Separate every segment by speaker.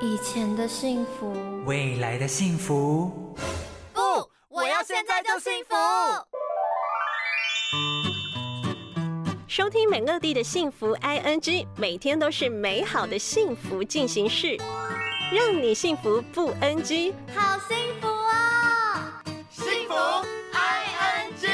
Speaker 1: 以前的幸福。
Speaker 2: 未来的幸福。
Speaker 3: 不，我要现在就幸福。
Speaker 4: 收听美乐蒂的幸福 ING，每天都是美好的幸福进行式，让你幸福不 NG。
Speaker 3: 好幸福哦！幸福 I N G。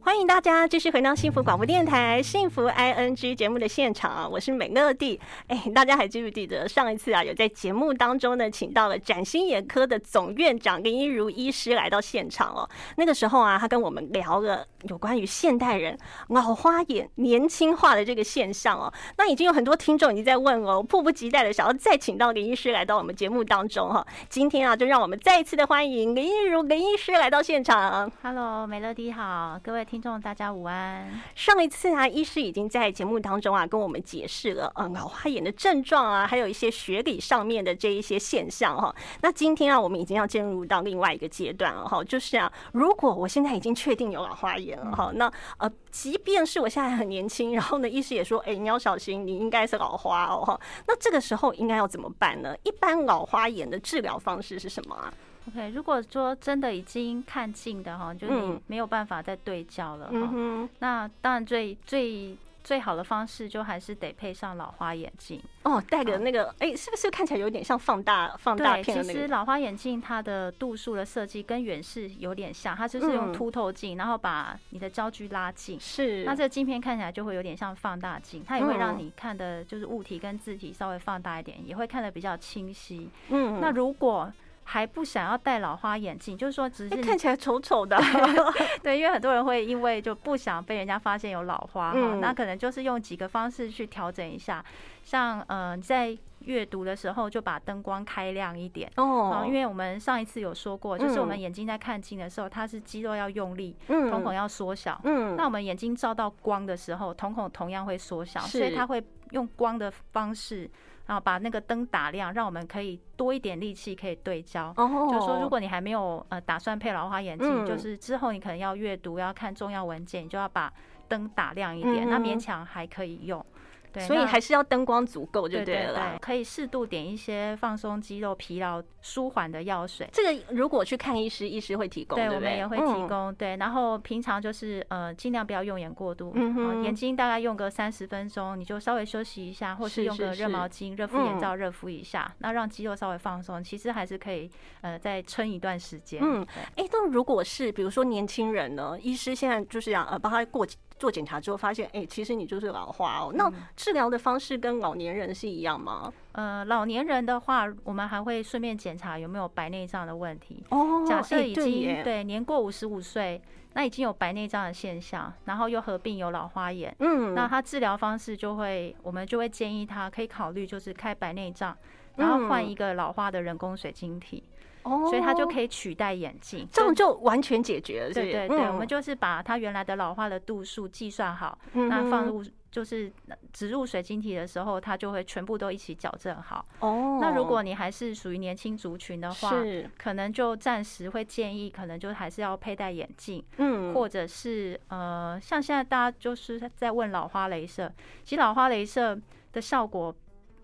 Speaker 4: 欢迎大家继续回到幸福广播电台幸福 ING 节目的现场，我是美乐蒂。哎，大家还记不记得上一次啊，有在节目当中呢，请到了崭新眼科的总院长林一如医师来到现场哦。那个时候啊，他跟我们聊了有关于现代人老花眼年轻化的这个现象哦。那已经有很多听众已经在问哦，迫不及待的想要再请到林医师来到我们节目当中哈、今天啊，就让我们再一次的欢迎林一如林医师来到现场。
Speaker 5: Hello，美乐迪好，各位听众大家午安。
Speaker 4: 上一次啊，医师已经在节目当中啊跟我们解释了，呃，老花眼的症状啊，还有一些学理上面的这一些现象哈、那今天啊，我们已经要进入到另外一个阶段了哈、就是啊，如果我现在已经确定有老花眼了
Speaker 5: 嗯
Speaker 4: 哈、那呃，即便是我现在很年轻，然后呢，医师也说，哎、你要小心，你应该是老花哦哈、那这个时候应该要怎么办呢？一般老花眼的治疗方式是什么啊？
Speaker 5: OK，如果说真的已经看近的哈，就是你
Speaker 4: 嗯
Speaker 5: 没有办法再对焦了哈，
Speaker 4: 嗯哼，
Speaker 5: 那当然最最最好的方式就还是得配上老花眼镜。
Speaker 4: 哦，戴个那个，哎、是不是看起来有点像放大放大
Speaker 5: 对，
Speaker 4: 片
Speaker 5: 其
Speaker 4: 的那
Speaker 5: 实
Speaker 4: 个？
Speaker 5: 老花眼镜它的度数的设计跟远视有点像，它就是
Speaker 4: 嗯
Speaker 5: 用凸透镜，然后把你的焦距拉近。
Speaker 4: 是，
Speaker 5: 那这个镜片看起来就会有点像放大镜，它也会
Speaker 4: 嗯
Speaker 5: 让你看的就是物体跟字体稍微放大一点，也会看得比较清晰。
Speaker 4: 嗯
Speaker 5: 那如果还不想要戴老花眼镜，就是说只是
Speaker 4: 欸
Speaker 5: 你
Speaker 4: 看起来丑丑的，
Speaker 5: 对，因为很多人会因为就不想被人家发现有老花哈、
Speaker 4: 嗯
Speaker 5: 那可能就是用几个方式去调整一下，像呃你在阅读的时候就把灯光开亮一点。 啊
Speaker 4: 哦
Speaker 5: 因为我们上一次有说过，就是我
Speaker 4: 嗯
Speaker 5: 们眼睛在看近的时候，它是肌肉要用力，
Speaker 4: 嗯
Speaker 5: 瞳孔要缩小。
Speaker 4: 嗯
Speaker 5: 那我们眼睛照到光的时候，瞳孔同样会缩小，
Speaker 4: 是
Speaker 5: 所以它会用光的方式，然后把那个灯打亮，让我们可以多一点力气可以对焦。
Speaker 4: 哦
Speaker 5: 就说如果你还没有呃打算配老花眼镜，
Speaker 4: 嗯
Speaker 5: 就是之后你可能要阅读、要看重要文件，你就要把灯打亮一点，
Speaker 4: 嗯
Speaker 5: 那勉强还可以用。对，
Speaker 4: 所以
Speaker 5: 那
Speaker 4: 还是要灯光足够就
Speaker 5: 对对
Speaker 4: 了啦
Speaker 5: 对，。可以适度点一些放松肌肉疲劳、舒缓的药水。
Speaker 4: 这个如果去看医师，医师会提供，对嗯不
Speaker 5: 我们也会提。供。对，然后平常就是呃，尽量不要用眼过度，
Speaker 4: 嗯
Speaker 5: 啊
Speaker 4: 哼
Speaker 5: 眼睛大概用个三十分钟，你就稍微休息一下，或
Speaker 4: 是
Speaker 5: 是用
Speaker 4: 是嗯
Speaker 5: 个热
Speaker 4: 是
Speaker 5: 毛巾热敷眼罩热敷一下，那让肌肉稍微放松，其实还是可以呃再撑一段时间。
Speaker 4: 嗯
Speaker 5: 对
Speaker 4: 哎、那如果是比如说年轻人呢，医师现在就是要呃帮他过做检查之后，发现哎、其实你就是老花哦。
Speaker 5: 嗯
Speaker 4: 那治疗的方式跟老年人是一样吗？
Speaker 5: 呃，老年人的话，我们还会顺便检查有没有白内障的问题。
Speaker 4: 哦
Speaker 5: 假设
Speaker 4: 哎
Speaker 5: 已
Speaker 4: 对
Speaker 5: 经、
Speaker 4: 耶
Speaker 5: 对年过五十五岁，那已经有白内障的现象，然后又合并有老花眼，
Speaker 4: 嗯，
Speaker 5: 那他治疗方式就会，我们就会建议他可以考虑就是开白内障，然后换一个老花的人工水晶体，
Speaker 4: 嗯哦
Speaker 5: 所以他就可以取代眼镜。
Speaker 4: 这样就完全解决了，是不
Speaker 5: 对对
Speaker 4: 是
Speaker 5: 对，
Speaker 4: 嗯
Speaker 5: 我们就是把他原来的老花的度数计算好，
Speaker 4: 嗯
Speaker 5: 那
Speaker 4: 哼
Speaker 5: 放入就是植入水晶体的时候，它就会全部都一起矫正好。
Speaker 4: 哦。
Speaker 5: 那如果你还是属于年轻族群的话，
Speaker 4: 是
Speaker 5: 可能就暂时会建议，可能就还是要佩戴眼镜，
Speaker 4: 嗯
Speaker 5: 或者是呃，像现在大家就是在问老花镭射，其实老花镭射的效果，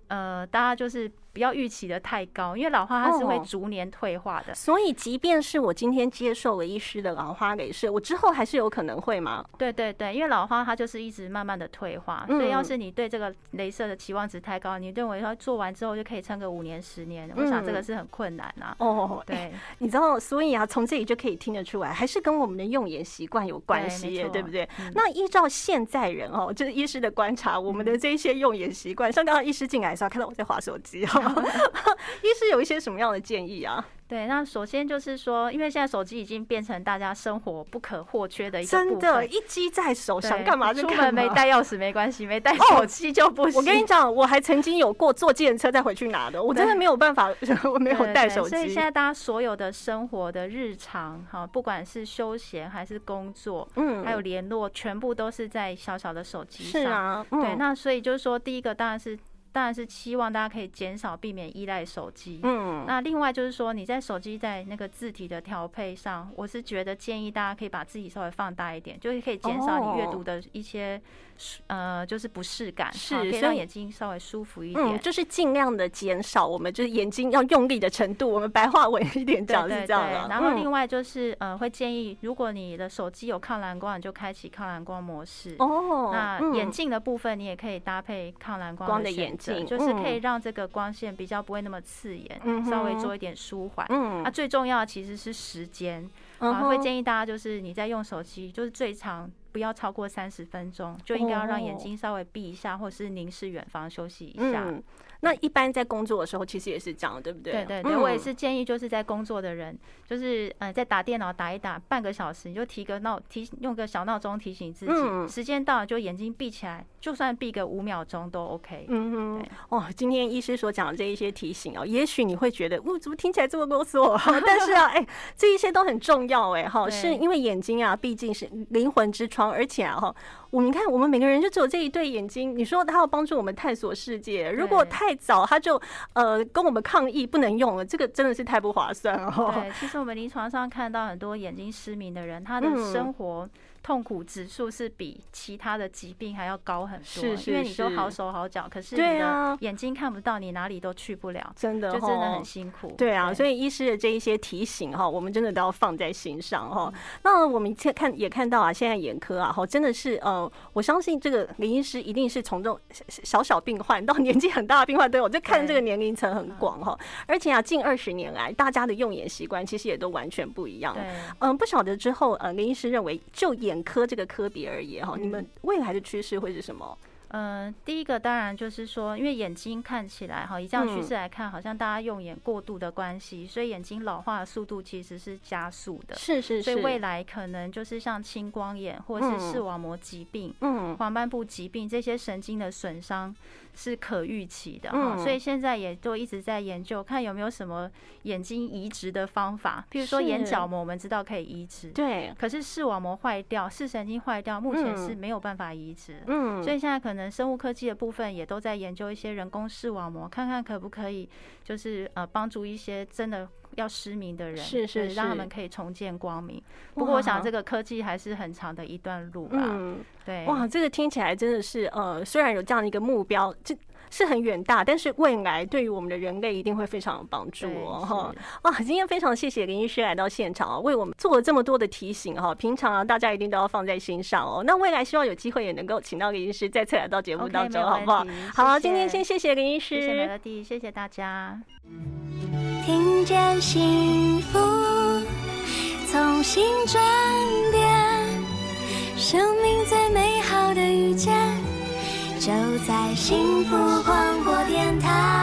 Speaker 5: 呃，大家就是不要预期的太高，因为老花它是会
Speaker 4: 哦
Speaker 5: 逐年退化的。
Speaker 4: 所以，即便是我今天接受了医师的老花镭射，我之后还是有可能会吗？
Speaker 5: 对对对，因为老花它就是一直慢慢的退化，所以要
Speaker 4: 嗯
Speaker 5: 是你对这个镭射的期望值太高，你认为它做完之后就可以撑个五年十年，我想这
Speaker 4: 嗯
Speaker 5: 个是很困难啊。
Speaker 4: 哦，哎
Speaker 5: 对。
Speaker 4: 你知道，所以啊，从这里就可以听得出来，还是跟我们的用眼习惯有关系
Speaker 5: 对没
Speaker 4: 耶，
Speaker 5: 错嗯
Speaker 4: 对不对？那依照现在人哦，就是医师的观察，我们的这些用眼习惯，像刚刚医师进来的时候，看到我在划手机 哦，医师有一些什么样的建议啊？
Speaker 5: 对，那首先就是说，因为现在手机已经变成大家生活不可或缺的一个
Speaker 4: 真
Speaker 5: 部
Speaker 4: 的，
Speaker 5: 分，
Speaker 4: 一机在手，
Speaker 5: 对
Speaker 4: 想干嘛就
Speaker 5: 出
Speaker 4: 干嘛。哦
Speaker 5: 门没带钥匙没关系，没带手机就不行。
Speaker 4: 我跟你讲，我还曾经有过坐计程车再回去拿的，我真的
Speaker 5: 对
Speaker 4: 没有办法， 我没
Speaker 5: 对
Speaker 4: 有带手
Speaker 5: 对所以
Speaker 4: 机
Speaker 5: 现。在大家所有的生活的日常哈，不管是休闲还是工作，
Speaker 4: 嗯
Speaker 5: 还有联络，全部都是在小小的手机上。
Speaker 4: 是啊，嗯
Speaker 5: 对，那所以就是说，第一个当然是当然是期望大家可以减少避免依赖手机。
Speaker 4: 嗯，
Speaker 5: 那另外就是说，你在手机在那个字体的调配上，我是觉得建议大家可以把字体稍微放大一点，就是可以减少你阅读的一些、呃，就是不适感，
Speaker 4: 是
Speaker 5: 啊可以
Speaker 4: 所
Speaker 5: 让
Speaker 4: 以
Speaker 5: 眼睛稍微舒服一点。
Speaker 4: 嗯，就是尽量的减少我们就是眼睛要用力的程度，我们白话文一点
Speaker 5: 对
Speaker 4: 讲
Speaker 5: 对
Speaker 4: 是
Speaker 5: 对
Speaker 4: 这样的。
Speaker 5: 然后
Speaker 4: 嗯
Speaker 5: 另外就是、呃，会建议如果你的手机有抗蓝光，你就开启抗蓝光模式。
Speaker 4: 哦，
Speaker 5: 那
Speaker 4: 嗯
Speaker 5: 眼镜的部分，你也可以搭配抗蓝光
Speaker 4: 光的
Speaker 5: 的选
Speaker 4: 眼
Speaker 5: 择
Speaker 4: 镜
Speaker 5: 就是可以
Speaker 4: 嗯
Speaker 5: 让这个光线比较不会那么刺眼，
Speaker 4: 嗯
Speaker 5: 稍微
Speaker 4: 哼
Speaker 5: 做一点舒缓。
Speaker 4: 嗯
Speaker 5: 啊，最重要的其实是时间，
Speaker 4: 嗯
Speaker 5: 啊，会
Speaker 4: 哼
Speaker 5: 建议大家就是你在用手机，就是最长不要超过三十分钟，就应该要让眼
Speaker 4: 哦
Speaker 5: 睛稍微闭一下，或是凝视远方休息一下。
Speaker 4: 嗯，那一般在工作的时候其实也是这样，对不对？
Speaker 5: 对对对，我也
Speaker 4: 嗯
Speaker 5: 是建议，就是在工作的人，就是呃，在打电脑打一打半个小时，你就提个闹提用个小闹钟提醒自己，
Speaker 4: 嗯
Speaker 5: 时间到了就眼睛闭起来，就算闭个五秒钟都 OK。
Speaker 4: 嗯哼
Speaker 5: 对，
Speaker 4: 哦，今天医师所讲的这一些提醒哦，也许你会觉得，哦呜、怎么听起来这么啰嗦？ 但是啊，哎、这一些都很重要哎，哈，
Speaker 5: 对
Speaker 4: 是因为眼睛啊，毕竟是灵魂之窗，而且啊，哈，我们看我们每个人就只有这一对眼睛，你说它要帮助我们探索世界，如果
Speaker 5: 对
Speaker 4: 太早它就呃跟我们抗议不能用了，这个真的是太不划算哦。
Speaker 5: 对，其实我们临床上看到很多眼睛失明的人，他的
Speaker 4: 嗯
Speaker 5: 生活痛苦指数是比其他的疾病还要高很多，
Speaker 4: 是是
Speaker 5: 因为你就是好手好脚，可是
Speaker 4: 对
Speaker 5: 你
Speaker 4: 啊
Speaker 5: 的眼睛看不到，你哪里都去不了，
Speaker 4: 真的，
Speaker 5: 就真的
Speaker 4: 哦
Speaker 5: 很辛苦。
Speaker 4: 对啊，所
Speaker 5: 以
Speaker 4: 以医师的这一些提醒哈，我们真的都要放在心上哈。那我们现看也看到啊，现在眼科啊哈，真的是呃，我相信这个林医师一定是从这种小小小病患到年纪很大的病患都有，就看这个年龄层很广哈。而且啊，近二十年来，大家的用眼习惯其实也都完全不一样。
Speaker 5: 对。
Speaker 4: 嗯，不晓得之后，呃，林医师认为，就眼科这个科别而言哈，你们未来的趋势会是什么？
Speaker 5: 嗯，第一个当然就是说，因为眼睛看起来哈，以这样趋
Speaker 4: 嗯
Speaker 5: 势来看，好像大家用眼过度的关系，所以眼睛老化的速度其实是加速的。
Speaker 4: 是是
Speaker 5: 所
Speaker 4: 是，
Speaker 5: 以未来可能就是像青光眼或是
Speaker 4: 嗯
Speaker 5: 视网膜疾病、
Speaker 4: 嗯
Speaker 5: 黄斑部疾病这些神经的损伤是可预期的哈、
Speaker 4: 嗯
Speaker 5: 所以现在也都一直在研究，看有没有什么眼睛移植的方法，譬如说
Speaker 4: 是
Speaker 5: 眼角膜，我们知道可以移植，
Speaker 4: 嗯对，
Speaker 5: 可是视网膜坏掉、视神经坏掉，目前
Speaker 4: 嗯
Speaker 5: 是没有办法移植的。
Speaker 4: 嗯，
Speaker 5: 所以现在可能生物科技的部分也都在研究一些人工视网膜，看看可不可以就是呃帮助一些真的要失明的人，
Speaker 4: 是是
Speaker 5: 对让他
Speaker 4: 是
Speaker 5: 们可以重见光明。不过我
Speaker 4: 哇
Speaker 5: 想这个科技还是很长的一段路啦。
Speaker 4: 嗯。
Speaker 5: 对，
Speaker 4: 哇，这个听起来真的是呃，虽然有这样的一个目标，这是很远大，但是未来对于我们的人类一定会非常有帮助
Speaker 5: 对
Speaker 4: 哦。
Speaker 5: 是
Speaker 4: 哈，哇，今天非常谢谢林医师来到现场、啊，为我们做了这么多的提醒哈、平常啊，大家一定都要放在心上哦。那未来希望有机会也能够请到林医师再次来到节目
Speaker 5: OK，
Speaker 4: 当中
Speaker 5: 没
Speaker 4: 好不好
Speaker 5: 问题？
Speaker 4: 好啊，
Speaker 5: 谢谢
Speaker 4: 今天先谢谢林医师，
Speaker 5: 谢谢美乐蒂，谢谢大家。
Speaker 1: 听见幸福，从心转变，生命最美好的遇见，就在幸福广播电台。